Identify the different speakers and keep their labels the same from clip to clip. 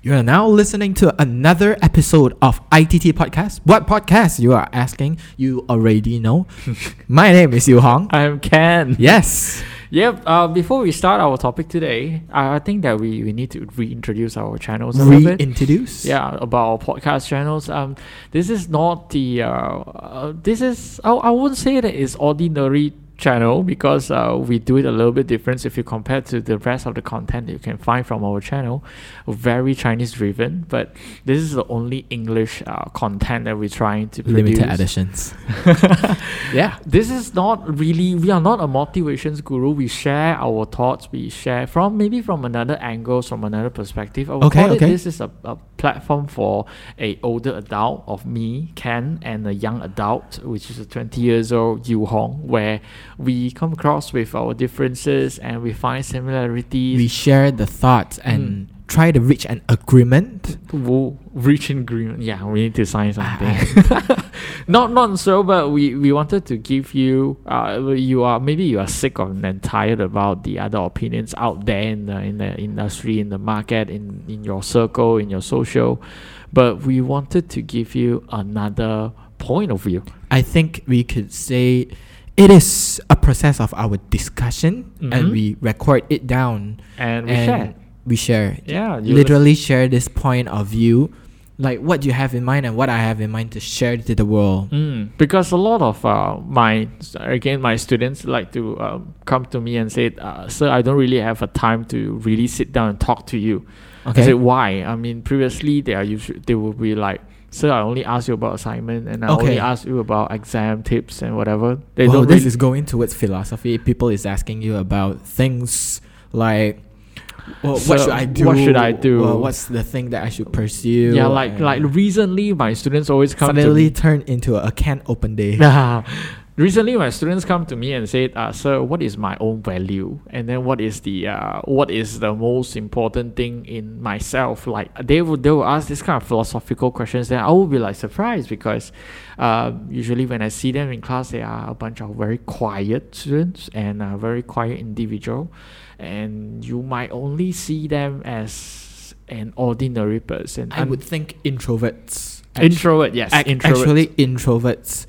Speaker 1: You are now listening to another episode of ITT Podcast. What podcast you are asking? You already know. My name is Yu Hong.
Speaker 2: I'm Ken.
Speaker 1: Yes.
Speaker 2: Yep. Uh, before we start our topic today, I I think that we, we need to reintroduce our channels a little bit.
Speaker 1: Reintroduce.
Speaker 2: Yeah, about our podcast channels. Um, this is not the uh, uh this is I, I wouldn't say that it's ordinary channel because uh, we do it a little bit different if you compare to the rest of the content that you can find from our channel very chinese driven but this is the only english uh, content that we're trying to
Speaker 1: Limited
Speaker 2: produce
Speaker 1: editions.
Speaker 2: yeah, this is not really. We are not a motivations guru. We share our thoughts. We share from maybe from another angle, from another perspective. I would
Speaker 1: Okay,
Speaker 2: call it
Speaker 1: okay.
Speaker 2: this is a, a platform for a older adult of me, Ken, and a young adult, which is a twenty years old Yu Hong, where we come across with our differences and we find
Speaker 1: We
Speaker 2: similarities.
Speaker 1: share the thoughts and
Speaker 2: Hmm.
Speaker 1: try to reach an agreement.
Speaker 2: We'll reach an agreement. Yeah, we need to sign something. not not so, but we, we wanted to give you uh you are maybe you are sick of and tired about the other opinions out there in the in the industry, in the market, in in your circle, in your social, but we wanted to give you another point of view.
Speaker 1: I think we could say it is a process of our discussion and
Speaker 2: Mhm.
Speaker 1: we record it down
Speaker 2: And we share.
Speaker 1: We share.
Speaker 2: Yeah, you
Speaker 1: Literally share this point of view, like what you have in mind and what I have in mind to share to the world.
Speaker 2: Mm, because a lot of uh, my again my students like to um, come to me and say, uh, "Sir, I don't really have a time to really sit down and talk to you." I
Speaker 1: Okay.
Speaker 2: said, "Why?" I mean, previously they are usually they will be like, "Sir, I only ask you about assignment and I
Speaker 1: Okay.
Speaker 2: only ask you about exam tips and whatever." They
Speaker 1: well,
Speaker 2: don't
Speaker 1: this is
Speaker 2: really-
Speaker 1: going towards philosophy. People is asking you about things like, well, what
Speaker 2: So,
Speaker 1: should I do?
Speaker 2: what should I do?
Speaker 1: Well, what's the thing that I should pursue?
Speaker 2: yeah, like
Speaker 1: and
Speaker 2: like recently my students always come to
Speaker 1: suddenly
Speaker 2: me.
Speaker 1: turned into a can open day.
Speaker 2: Nah. Recently, my students come to me and said, uh, "Sir, what is my own value? And then what is the uh, what is the most important thing in myself?" Like they would they will ask this kind of philosophical questions. Then I would be like surprised because uh, usually when I see them in class, they are a bunch of very quiet students and uh, very quiet individual, and you might only see them as an ordinary person.
Speaker 1: I
Speaker 2: Un-
Speaker 1: would think introverts. actually-
Speaker 2: introvert, yes,
Speaker 1: Ac-
Speaker 2: introvert.
Speaker 1: Actually, introverts.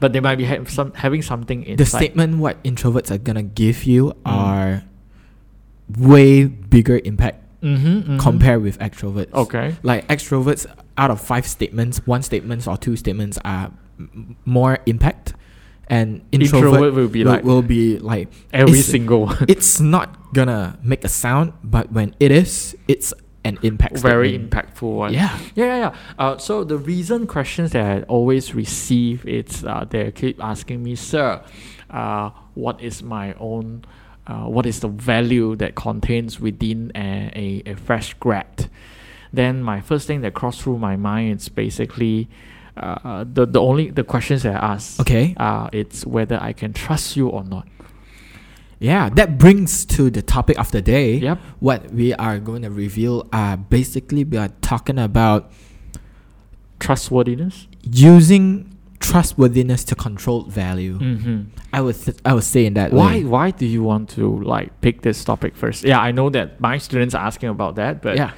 Speaker 2: but they might be ha- some having something inside.
Speaker 1: The statement what introverts are gonna give
Speaker 2: Mm.
Speaker 1: you are way bigger impact
Speaker 2: mm-hmm,
Speaker 1: compared with extroverts.
Speaker 2: Okay.
Speaker 1: Like extroverts, out of five statements, one statement or two statements are m- more impact, and introvert,
Speaker 2: Introvert will be
Speaker 1: will,
Speaker 2: like-
Speaker 1: will be like
Speaker 2: Every
Speaker 1: it's-
Speaker 2: single one.
Speaker 1: It's not gonna make a sound, but when it is, it's an impact.
Speaker 2: very
Speaker 1: statement.
Speaker 2: impactful one.
Speaker 1: Yeah.
Speaker 2: Yeah, yeah, yeah. Uh, so the reason questions that I always receive it's uh, they keep asking me, sir, uh, what is my own, uh, what is the value that contains within a, a, a fresh grad? Then my first thing that crossed through my mind is basically. Uh, the the only the questions that I ask
Speaker 1: Okay.
Speaker 2: uh, it's whether I can trust you or not.
Speaker 1: Yeah, that brings to the topic of the day.
Speaker 2: Yep.
Speaker 1: What we are going to reveal are basically we are talking about
Speaker 2: Trustworthiness.
Speaker 1: using trustworthiness to control value.
Speaker 2: Mm-hmm.
Speaker 1: I would th- I would say in that
Speaker 2: why
Speaker 1: way.
Speaker 2: why do you want to like pick this topic first yeah i know that my students are asking about that but
Speaker 1: Yeah.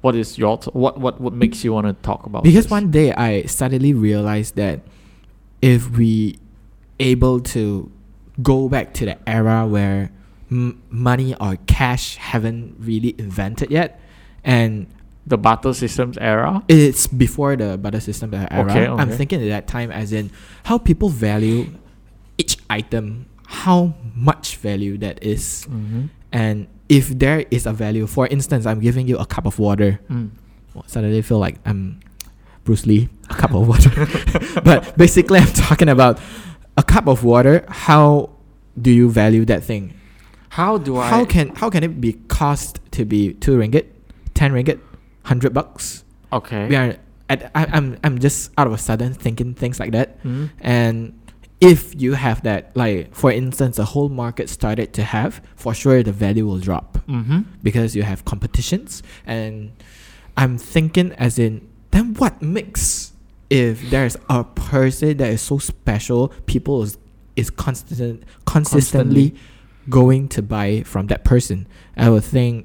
Speaker 2: what is your t- what what what makes you want to talk about
Speaker 1: Because
Speaker 2: this?
Speaker 1: one day I suddenly realized that if we able to go back to the era where m- money or cash haven't really invented yet, and
Speaker 2: the battle systems era
Speaker 1: It's before the butter system that era.
Speaker 2: Okay,
Speaker 1: I'm
Speaker 2: okay.
Speaker 1: thinking at that time as in how people value each item, how much value that is.
Speaker 2: Mhm.
Speaker 1: And if there is a value, for instance, I'm giving you a cup of water.
Speaker 2: Mm.
Speaker 1: Suddenly feel like I'm Bruce Lee, a cup of water. but basically I'm talking about a cup of water, how do you value that thing?
Speaker 2: how do i
Speaker 1: How can how can it be cost to be two ringgit, ten ringgit, hundred bucks?
Speaker 2: okay
Speaker 1: we are at, I, I'm I'm just out of a sudden thinking things like that.
Speaker 2: Mhm.
Speaker 1: And if you have that, like for instance, the whole market started to have, for sure the value will drop
Speaker 2: Mhm.
Speaker 1: because you have competitions. And I'm thinking as in, then what makes if there's a person that is so special, people is is constant consistently,
Speaker 2: Constantly.
Speaker 1: going to buy from that person. I would think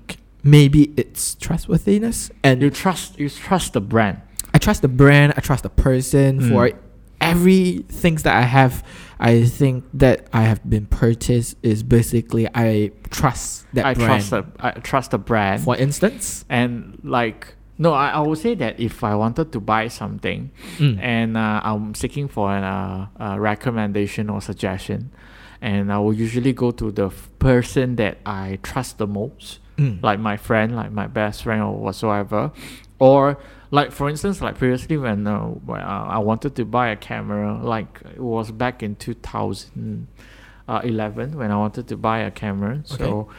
Speaker 1: maybe it's trustworthiness and
Speaker 2: You trust you trust the brand.
Speaker 1: I trust the brand, I trust the person
Speaker 2: Mm.
Speaker 1: for every things that I have. I think that I have been purchased is basically I trust that
Speaker 2: I
Speaker 1: brand.
Speaker 2: trust the I trust the brand.
Speaker 1: for instance,
Speaker 2: and like no, I, I would say that if I wanted to buy something
Speaker 1: Mm.
Speaker 2: and uh, I'm seeking for an, uh, a recommendation or suggestion, and I will usually go to the f- person that I trust the most,
Speaker 1: Mm.
Speaker 2: like my friend, like my best friend or whatsoever, or like for instance, like previously when uh, when, uh, I wanted to buy a camera, like it was back in 2011 when I wanted to buy a camera, so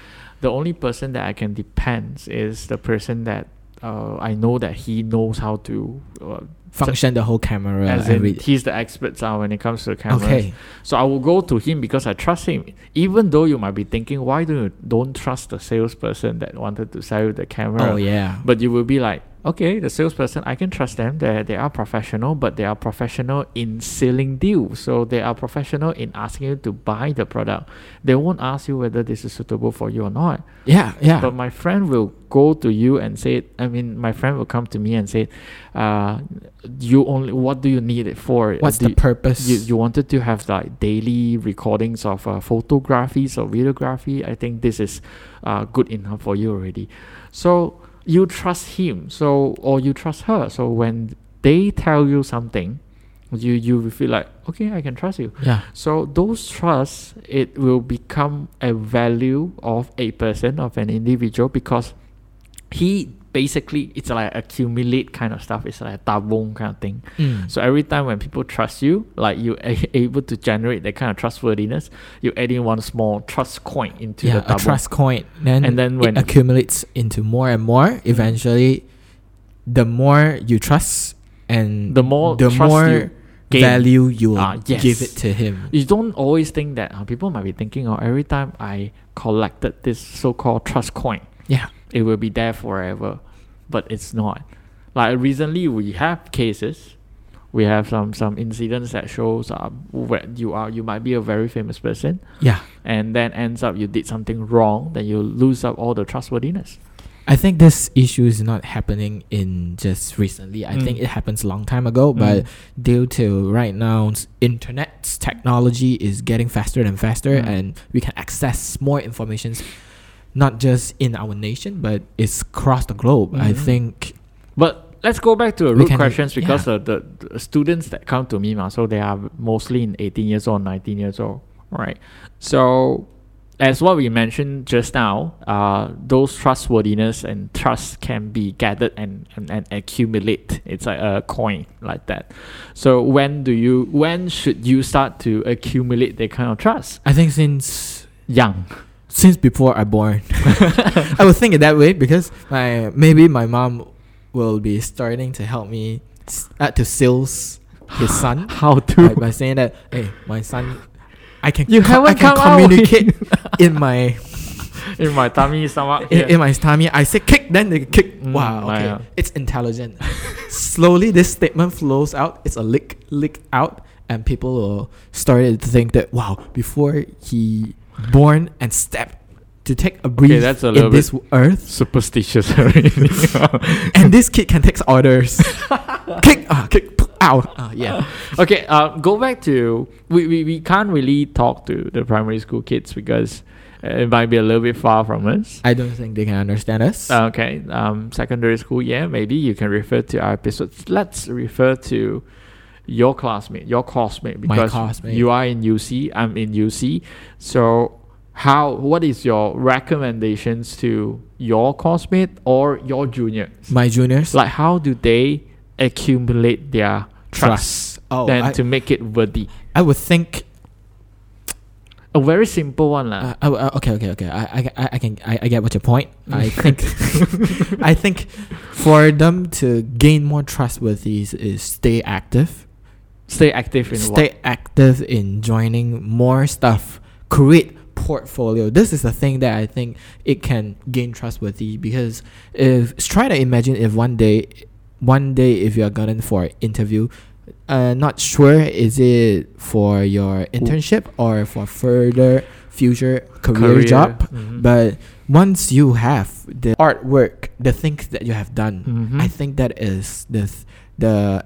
Speaker 2: the only person that I can depend is the person that uh, I know that he knows how to uh,
Speaker 1: function the whole camera.
Speaker 2: as in
Speaker 1: every-
Speaker 2: he's the expert uh, when it comes to cameras.
Speaker 1: okay,
Speaker 2: So I will go to him because I trust him. Even though you might be thinking, why don't you don't trust the salesperson that wanted to sell you the camera?
Speaker 1: oh yeah,
Speaker 2: But you will be like, okay, the salesperson, I can trust them. They they are professional, but they are professional in selling deals. So they are professional in asking you to buy the product. They won't ask you whether this is suitable for you or not.
Speaker 1: yeah, yeah.
Speaker 2: But my friend will go to you and say, I mean, my friend will come to me and say, uh, you only, what do you need it for?
Speaker 1: What's
Speaker 2: Do
Speaker 1: the purpose?
Speaker 2: you, you wanted to have like daily recordings of uh, photographies or videography. I think this is uh, good enough for you already. So you trust him, so or you trust her. So when they tell you something, you you will feel like okay, I can trust you.
Speaker 1: yeah,
Speaker 2: So those trusts it will become a value of a person of an individual because he basically it's like accumulate kind of stuff. It's like a tabung kind of thing.
Speaker 1: Mm.
Speaker 2: So every time when people trust you, like you are able to generate that kind of trustworthiness, you add in one small trust coin into
Speaker 1: yeah,
Speaker 2: the
Speaker 1: a
Speaker 2: double.
Speaker 1: trust coin. Then
Speaker 2: And then when-
Speaker 1: it accumulates into more and more, eventually, the more you trust and
Speaker 2: The more
Speaker 1: the
Speaker 2: trust
Speaker 1: more
Speaker 2: you gain.
Speaker 1: value you will
Speaker 2: Ah, yes.
Speaker 1: give it to him.
Speaker 2: You don't always think that uh, people might be thinking, oh, every time I collected this so-called trust coin,
Speaker 1: Yeah.
Speaker 2: it will be there forever, but it's not. Like recently, we have cases, we have some some incidents that shows uh, where you are you might be a very famous person,
Speaker 1: Yeah.
Speaker 2: and then ends up you did something wrong, then you lose up all the trustworthiness.
Speaker 1: I think this issue is not happening in just recently. I think
Speaker 2: Mm.
Speaker 1: it happens a long time ago, but
Speaker 2: Mm.
Speaker 1: due to right now internet technology is getting faster and faster
Speaker 2: Mm.
Speaker 1: and we can access more information not just in our nation but it's across the globe. I
Speaker 2: Mhm.
Speaker 1: think
Speaker 2: But let's go back to the
Speaker 1: We
Speaker 2: root
Speaker 1: can-
Speaker 2: questions because the, the, the students that come to me, ma, so they are mostly in 18 years old, 19 years old, right? So, as what we mentioned just now, uh, those trustworthiness and trust can be gathered and, and, and accumulate. It's like a coin like that. So when do you when should you start to accumulate that kind of trust?
Speaker 1: I think since
Speaker 2: Young.
Speaker 1: since before I born I would think it that way because my maybe my mom will be starting to help me s- uh, to sales his son.
Speaker 2: How to?
Speaker 1: by, by saying that, hey, my son, I can
Speaker 2: You
Speaker 1: co-
Speaker 2: haven't
Speaker 1: I can
Speaker 2: come out
Speaker 1: communicate in my
Speaker 2: in my tummy, stomach.
Speaker 1: in,
Speaker 2: here.
Speaker 1: in my tummy. I say kick, then they kick.
Speaker 2: Mm,
Speaker 1: wow, okay,
Speaker 2: yeah.
Speaker 1: it's intelligent. Slowly, this statement flows out. It's a leak, leak out, and people will started to think that wow, before he born and step to take a breath
Speaker 2: that's a little
Speaker 1: in this earth,
Speaker 2: superstitious already.
Speaker 1: and this kid can take orders. kick, ah, kick, out, ah, yeah.
Speaker 2: okay, uh, go back to we, we, we can't really talk to the primary school kids because uh, it might be a little bit far from us.
Speaker 1: I don't think they can understand us.
Speaker 2: Okay, um, secondary school, yeah, maybe you can refer to our episodes. Let's refer to your classmate, your classmate,
Speaker 1: My
Speaker 2: because
Speaker 1: classmate.
Speaker 2: you are in UC, I'm in UC. So, how? What is your recommendations to your classmate or your juniors?
Speaker 1: my juniors,
Speaker 2: Like, how do they accumulate their trust,
Speaker 1: Trust. Oh,
Speaker 2: then
Speaker 1: I-
Speaker 2: to make it worthy?
Speaker 1: I would think
Speaker 2: A very simple one, lah.
Speaker 1: Uh, oh, uh, okay, okay, okay. I, I, I- I can, I, I get what your point. I think, I think, for them to gain more trustworthiness is stay active,
Speaker 2: stay active in
Speaker 1: stay active in joining more stuff, create portfolio. This is the thing that I think it can gain trustworthy because if try to imagine if one day, one day if you are gotten for an interview. Uh, not sure is it for your internship or for further future career, job.
Speaker 2: Mhm.
Speaker 1: But once you have the artwork, the things that you have done,
Speaker 2: Mhm.
Speaker 1: I think that is the th- the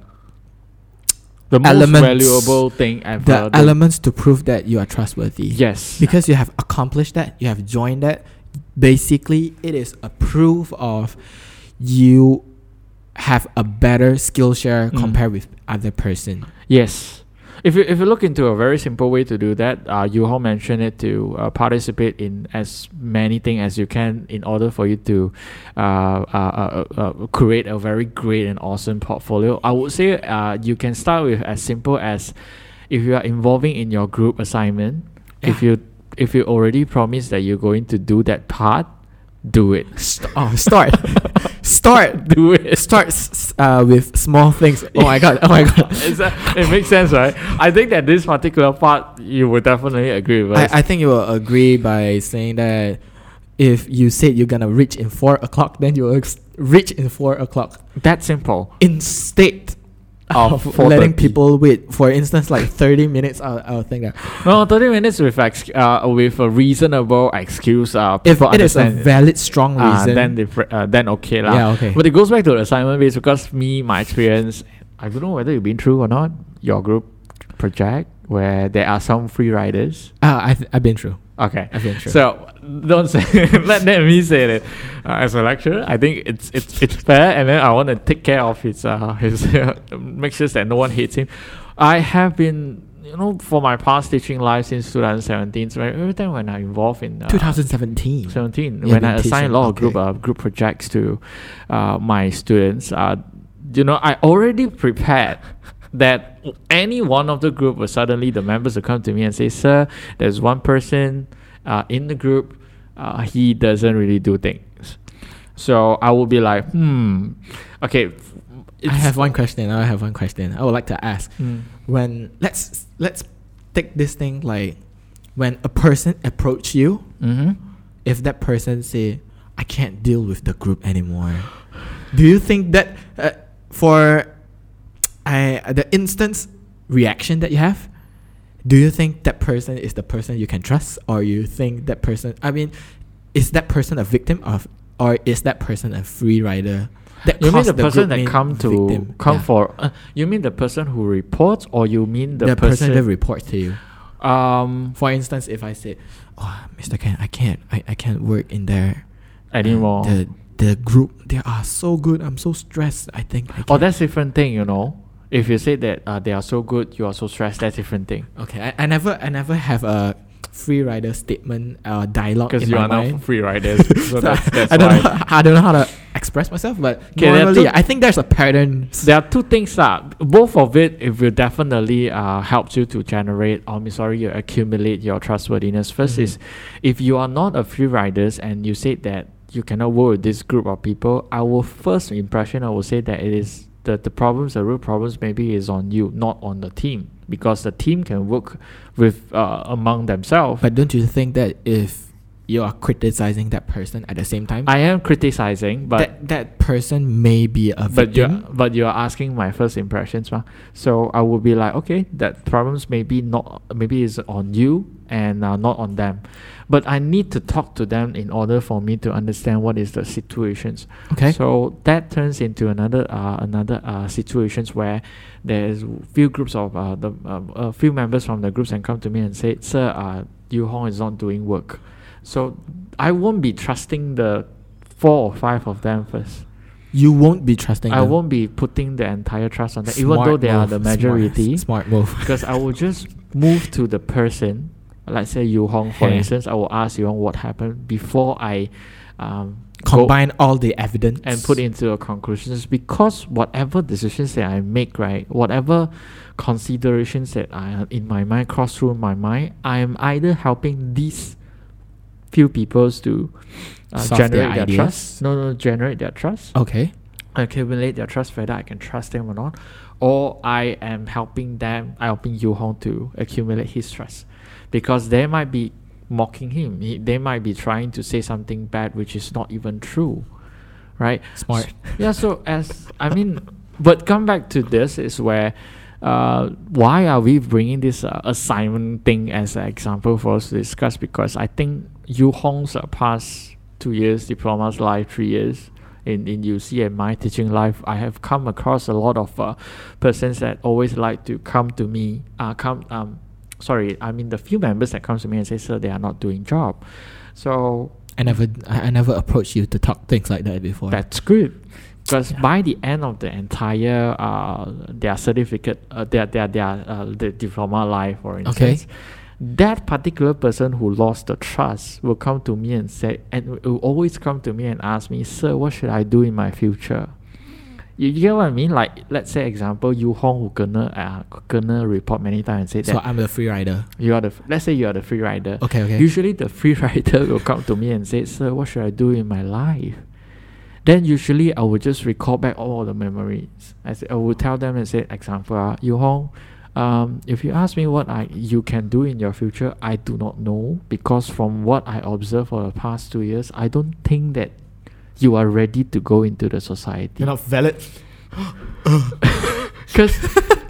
Speaker 2: the most
Speaker 1: elements-
Speaker 2: valuable thing ever.
Speaker 1: the
Speaker 2: the-
Speaker 1: elements to prove that you are trustworthy.
Speaker 2: Yes.
Speaker 1: Because you have accomplished that, you have joined that. Basically, it is a proof of you have a better skill share
Speaker 2: Mm.
Speaker 1: compared with other person.
Speaker 2: Yes. If you, if you look into a very simple way to do that, uh, Yuho mentioned it to uh, participate in as many things as you can in order for you to uh, uh, uh, uh, create a very great and awesome portfolio. I would say uh, you can start with as simple as if you are involving in your group assignment, if
Speaker 1: Yeah.
Speaker 2: you if you already promise that you're going to do that part, do it.
Speaker 1: St- oh, start. Start.
Speaker 2: do it.
Speaker 1: Start s- s- uh, with small things. Oh my god! Oh my god!
Speaker 2: Is that- it makes sense, right? I think that this particular part, you would definitely agree with us.
Speaker 1: I, I think you will agree by saying that if you said you're gonna reach in four o'clock, then you will ex- reach in four o'clock
Speaker 2: that simple.
Speaker 1: instead
Speaker 2: Of
Speaker 1: of,
Speaker 2: 4:30.
Speaker 1: letting people wait. For instance, like thirty minutes, I'll, I'll think that
Speaker 2: No, 30 minutes with ex- uh, with a reasonable excuse. Uh,
Speaker 1: if
Speaker 2: people
Speaker 1: it is a
Speaker 2: understand
Speaker 1: valid, strong
Speaker 2: uh,
Speaker 1: reason,
Speaker 2: then they fr- uh, then okay lah.
Speaker 1: Yeah, okay.
Speaker 2: But it goes back to the assignment based because me, my experience, I don't know whether you've been through or not. Your group project where there are some free riders.
Speaker 1: uh, I th- I've been through.
Speaker 2: Okay.
Speaker 1: I've been through.
Speaker 2: So don't say let, let me say it uh, as a lecturer. I think it's it's it's fair, and then I want to take care of his uh, his make sure that no one hates him. I have been you know for my past teaching life since 2017. So every time when I involve in uh,
Speaker 1: 2017.
Speaker 2: 17
Speaker 1: Yeah,
Speaker 2: when i
Speaker 1: been
Speaker 2: assign a
Speaker 1: teaching,
Speaker 2: lot of group
Speaker 1: okay.
Speaker 2: uh, group projects to uh, my students uh, you know i already prepared that any one of the group will suddenly the members will come to me and say sir there's one person uh, in the group uh, he doesn't really do things so i will be like hmm okay f-
Speaker 1: I
Speaker 2: it's-
Speaker 1: have one question. I have one question. I would like to ask.
Speaker 2: Mm.
Speaker 1: when let's let's take this thing like when a person approach you
Speaker 2: Mhm.
Speaker 1: if that person say i can't deal with the group anymore do you think that uh, for i the instance reaction that you have do you think that person is the person you can trust or you think that person i mean is that person a victim of or is that person a free rider that
Speaker 2: You mean
Speaker 1: caused
Speaker 2: the person
Speaker 1: group
Speaker 2: that
Speaker 1: name
Speaker 2: come to
Speaker 1: victim?
Speaker 2: come
Speaker 1: Yeah.
Speaker 2: for? Uh, you mean the person who reports, or you mean the,
Speaker 1: the, person that reports to you
Speaker 2: um
Speaker 1: For instance, if I say, "Oh, Mr. Ken, I can't, I, I can't work in there
Speaker 2: anymore?
Speaker 1: The the group they are so good. I'm so stressed. I think. I
Speaker 2: Oh,
Speaker 1: can't."
Speaker 2: that's different thing, you know. If you say that uh, they are so good, you are so stressed. That's different thing.
Speaker 1: okay. I, I never I never have a free rider statement uh, dialogue
Speaker 2: Because
Speaker 1: in
Speaker 2: you
Speaker 1: my
Speaker 2: are
Speaker 1: mind.
Speaker 2: not free riders. so
Speaker 1: So
Speaker 2: that's, that's
Speaker 1: I don't
Speaker 2: why.
Speaker 1: know. I don't know how to express myself, but
Speaker 2: 'Kay, there are
Speaker 1: normally
Speaker 2: two-
Speaker 1: I think there's a pattern.
Speaker 2: There are two things that both of it, it will definitely uh, helps you to generate. oh, I mean, sorry, you accumulate your trustworthiness. 1st
Speaker 1: Mhm.
Speaker 2: is, if you are not a free riders and you say that you cannot work with this group of people, our first impression I would say that it is the the problems, the real problems maybe is on you, not on the team, because the team can work with uh, among themselves.
Speaker 1: But don't you think that if you are criticizing that person at the same time,
Speaker 2: I am criticizing, but
Speaker 1: that that person may be a
Speaker 2: but you
Speaker 1: victim?
Speaker 2: but you are asking my first impressions, mah. So I would be like, okay, that problems maybe not maybe is on you and uh, not on them, but I need to talk to them in order for me to understand what is the situations.
Speaker 1: okay.
Speaker 2: So that turns into another uh, another uh, situations where there's few groups of uh, the uh, a few members from the groups and come to me and say, sir, uh, Yu Hong is not doing work, so I won't be trusting the four or five of them first.
Speaker 1: you won't be trusting.
Speaker 2: I
Speaker 1: them.
Speaker 2: won't be putting the entire trust on them, even though
Speaker 1: Smart
Speaker 2: they are
Speaker 1: move,
Speaker 2: the
Speaker 1: smart-
Speaker 2: majority.
Speaker 1: Smart, move.
Speaker 2: Because I will just move to the person, like say Yu Hong, for
Speaker 1: Yeah.
Speaker 2: instance. I will ask Yu Hong what happened before I um, go
Speaker 1: combine all the evidence
Speaker 2: and put into a conclusion. It's because whatever decisions that I make, right, whatever considerations that I in my mind cross through my mind, I am either helping these few peoples to uh,
Speaker 1: Solve their
Speaker 2: generate their,
Speaker 1: ideas?
Speaker 2: trust. No, no, generate their trust
Speaker 1: Okay.
Speaker 2: accumulate their trust, whether I can trust them or not, or I am helping them, I helping Yu Hong to accumulate his trust, because they might be mocking him. He- They might be trying to say something bad, which is not even true, right?
Speaker 1: Smart.
Speaker 2: S- yeah. So as I mean, but come back to this is where uh, why are we bringing this uh, assignment thing as an example for us to discuss? Because I think you Hong's uh, past two years diplomas life, three years in, in UC and my teaching life, I have come across a lot of uh, persons that always like to come to me, uh, come, um, sorry, I mean the few members that comes to me and say, sir, they are not doing job. So
Speaker 1: I never, I I never approached you to talk things like that before.
Speaker 2: that's good. Because
Speaker 1: Yeah.
Speaker 2: by the end of the entire uh, their certificate, uh, their their their uh, the diploma life, for instance, that particular person who lost the trust will come to me and say, and will always come to me and ask me, sir, what should I do in my future? You, you get what I mean? Like, let's say example, you Hong who gonna uh, gonna report many times and say
Speaker 1: so
Speaker 2: that
Speaker 1: I'm the free rider.
Speaker 2: you are the let's say you are the free rider.
Speaker 1: Okay, okay.
Speaker 2: Usually, the free rider will come to me and say, "Sir, what should I do in my life?" Then usually I will just recall back all the memories. I say, I will tell them and say, example, uh, you Hong, um, if you ask me what I you can do in your future, I do not know because from what I observed for the past two years, I don't think that you are ready to go into the society.
Speaker 1: You're not valid.
Speaker 2: Because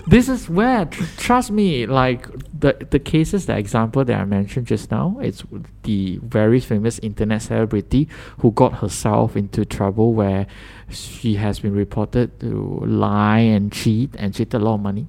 Speaker 2: this is where, tr- trust me, like the the cases, the example that I mentioned just now, it's w- the very famous internet celebrity who got herself into trouble where she has been reported to lie and cheat and cheated a lot of money.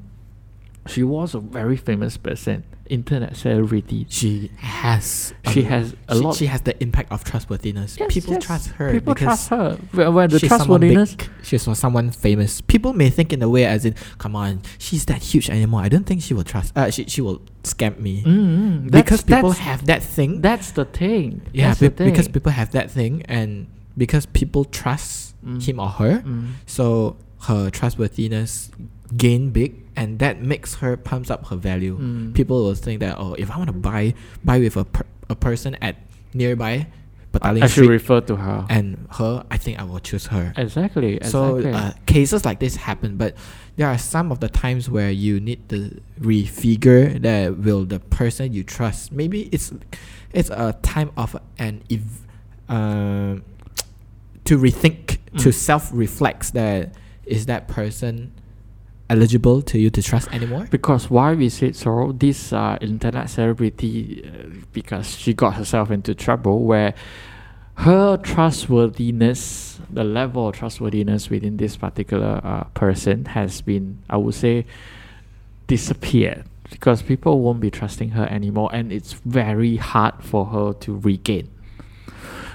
Speaker 2: She was a very famous person, internet celebrity.
Speaker 1: She has.
Speaker 2: She has a
Speaker 1: she,
Speaker 2: lot-
Speaker 1: She has the impact of trustworthiness.
Speaker 2: Yes,
Speaker 1: people
Speaker 2: yes,
Speaker 1: trust her.
Speaker 2: People
Speaker 1: because
Speaker 2: trust her. Where, where the
Speaker 1: she's someone big.
Speaker 2: trustworthiness.
Speaker 1: She's from someone famous. People may think in a way as in, come on, she's that huge anymore. I don't think she will trust. Uh, she she will scam me
Speaker 2: Mm, mm, that's-
Speaker 1: because people
Speaker 2: that's-
Speaker 1: have that thing.
Speaker 2: That's the thing.
Speaker 1: yeah,
Speaker 2: That's the
Speaker 1: be- because
Speaker 2: thing.
Speaker 1: people have that thing, and because people trust
Speaker 2: Mm.
Speaker 1: him or her,
Speaker 2: Mm.
Speaker 1: so her trustworthiness gain big, and that makes her pumps up her value.
Speaker 2: Mm.
Speaker 1: People will think that oh, if I want to buy buy with a per- a person at nearby, Petaling
Speaker 2: I should
Speaker 1: Street,
Speaker 2: refer to her.
Speaker 1: and her, I think I will choose her.
Speaker 2: Exactly. exactly.
Speaker 1: So uh, cases like this happen, but there are some of the times where you need to refigure that will the person you trust. Maybe it's it's a time of an ev- um to rethink, to
Speaker 2: Mm.
Speaker 1: self reflect that is that person eligible to you to trust anymore?
Speaker 2: because why we said so, this uh, internet celebrity, uh, because she got herself into trouble where her trustworthiness, the level of trustworthiness within this particular uh, person has been, I would say, disappeared because people won't be trusting her anymore and it's very hard for her to regain.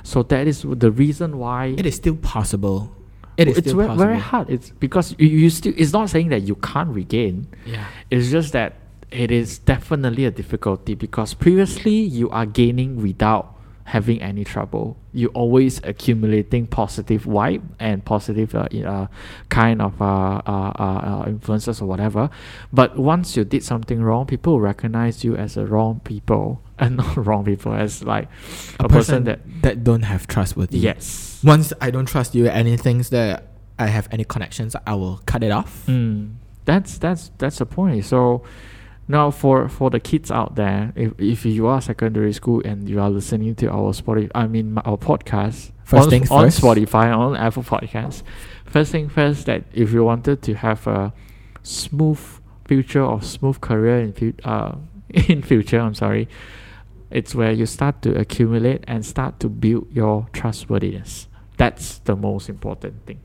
Speaker 2: So that is the reason why
Speaker 1: It is still possible. It is
Speaker 2: it's
Speaker 1: still
Speaker 2: ve-
Speaker 1: possible.
Speaker 2: very hard. It's because you, you still. It's not saying that you can't regain.
Speaker 1: Yeah.
Speaker 2: It's just that it is definitely a difficulty because previously you are gaining without having any trouble. You always accumulating positive vibe and positive uh, i- uh, kind of uh, uh, uh, uh, influences or whatever. But once you did something wrong, people recognize you as a wrong people and not wrong people as like
Speaker 1: A, person, that that don't have trustworthy.
Speaker 2: yes.
Speaker 1: Once I don't trust you, any things that I have any connections, I will cut it off.
Speaker 2: Mm, that's that's that's the point. So now for for the kids out there, if if you are secondary school and you are listening to our Spotify, I mean my- our podcast,
Speaker 1: First
Speaker 2: on,
Speaker 1: things
Speaker 2: on
Speaker 1: first.
Speaker 2: Spotify, on Apple Podcasts. First thing first, that if you wanted to have a smooth future or smooth career in fu- uh, in future, I'm sorry, it's where you start to accumulate and start to build your trustworthiness. That's the most important thing.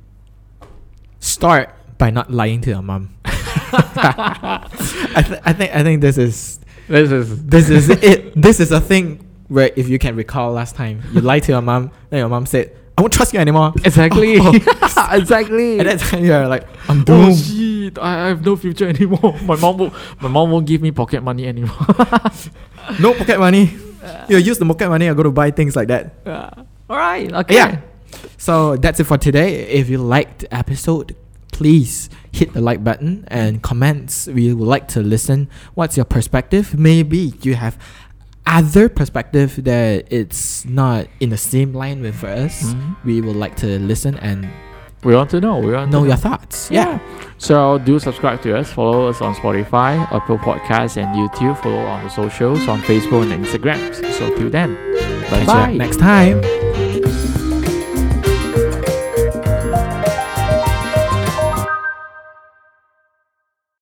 Speaker 1: Start by not lying to your mom. I, th- I think I think this is
Speaker 2: This is
Speaker 1: this is it. This is a thing where if you can recall last time you lied to your mom, then your mom said, "I won't trust you anymore."
Speaker 2: Exactly. exactly.
Speaker 1: At that time, you're like, "I'm
Speaker 2: oh
Speaker 1: doomed."
Speaker 2: shit! I, I have no future anymore. My mom will, my mom won't give me pocket money anymore.
Speaker 1: no pocket money. You use the pocket money. I go to buy things like that.
Speaker 2: Yeah. all right. Okay.
Speaker 1: Yeah. So that's it for today. If you liked the episode, please hit the like button and comments. We would like to listen. What's your perspective? Maybe you have other perspective that it's not in the same line with us.
Speaker 2: Mhm.
Speaker 1: We would like to listen and
Speaker 2: We want to know. We want
Speaker 1: know
Speaker 2: to
Speaker 1: your thoughts. Yeah.
Speaker 2: Yeah. So do subscribe to us. Follow us on Spotify, Apple Podcasts, and YouTube. Follow on the socials on Facebook and Instagram. So till then,
Speaker 1: Catch
Speaker 2: bye
Speaker 1: you
Speaker 2: bye.
Speaker 1: next time.
Speaker 3: Thank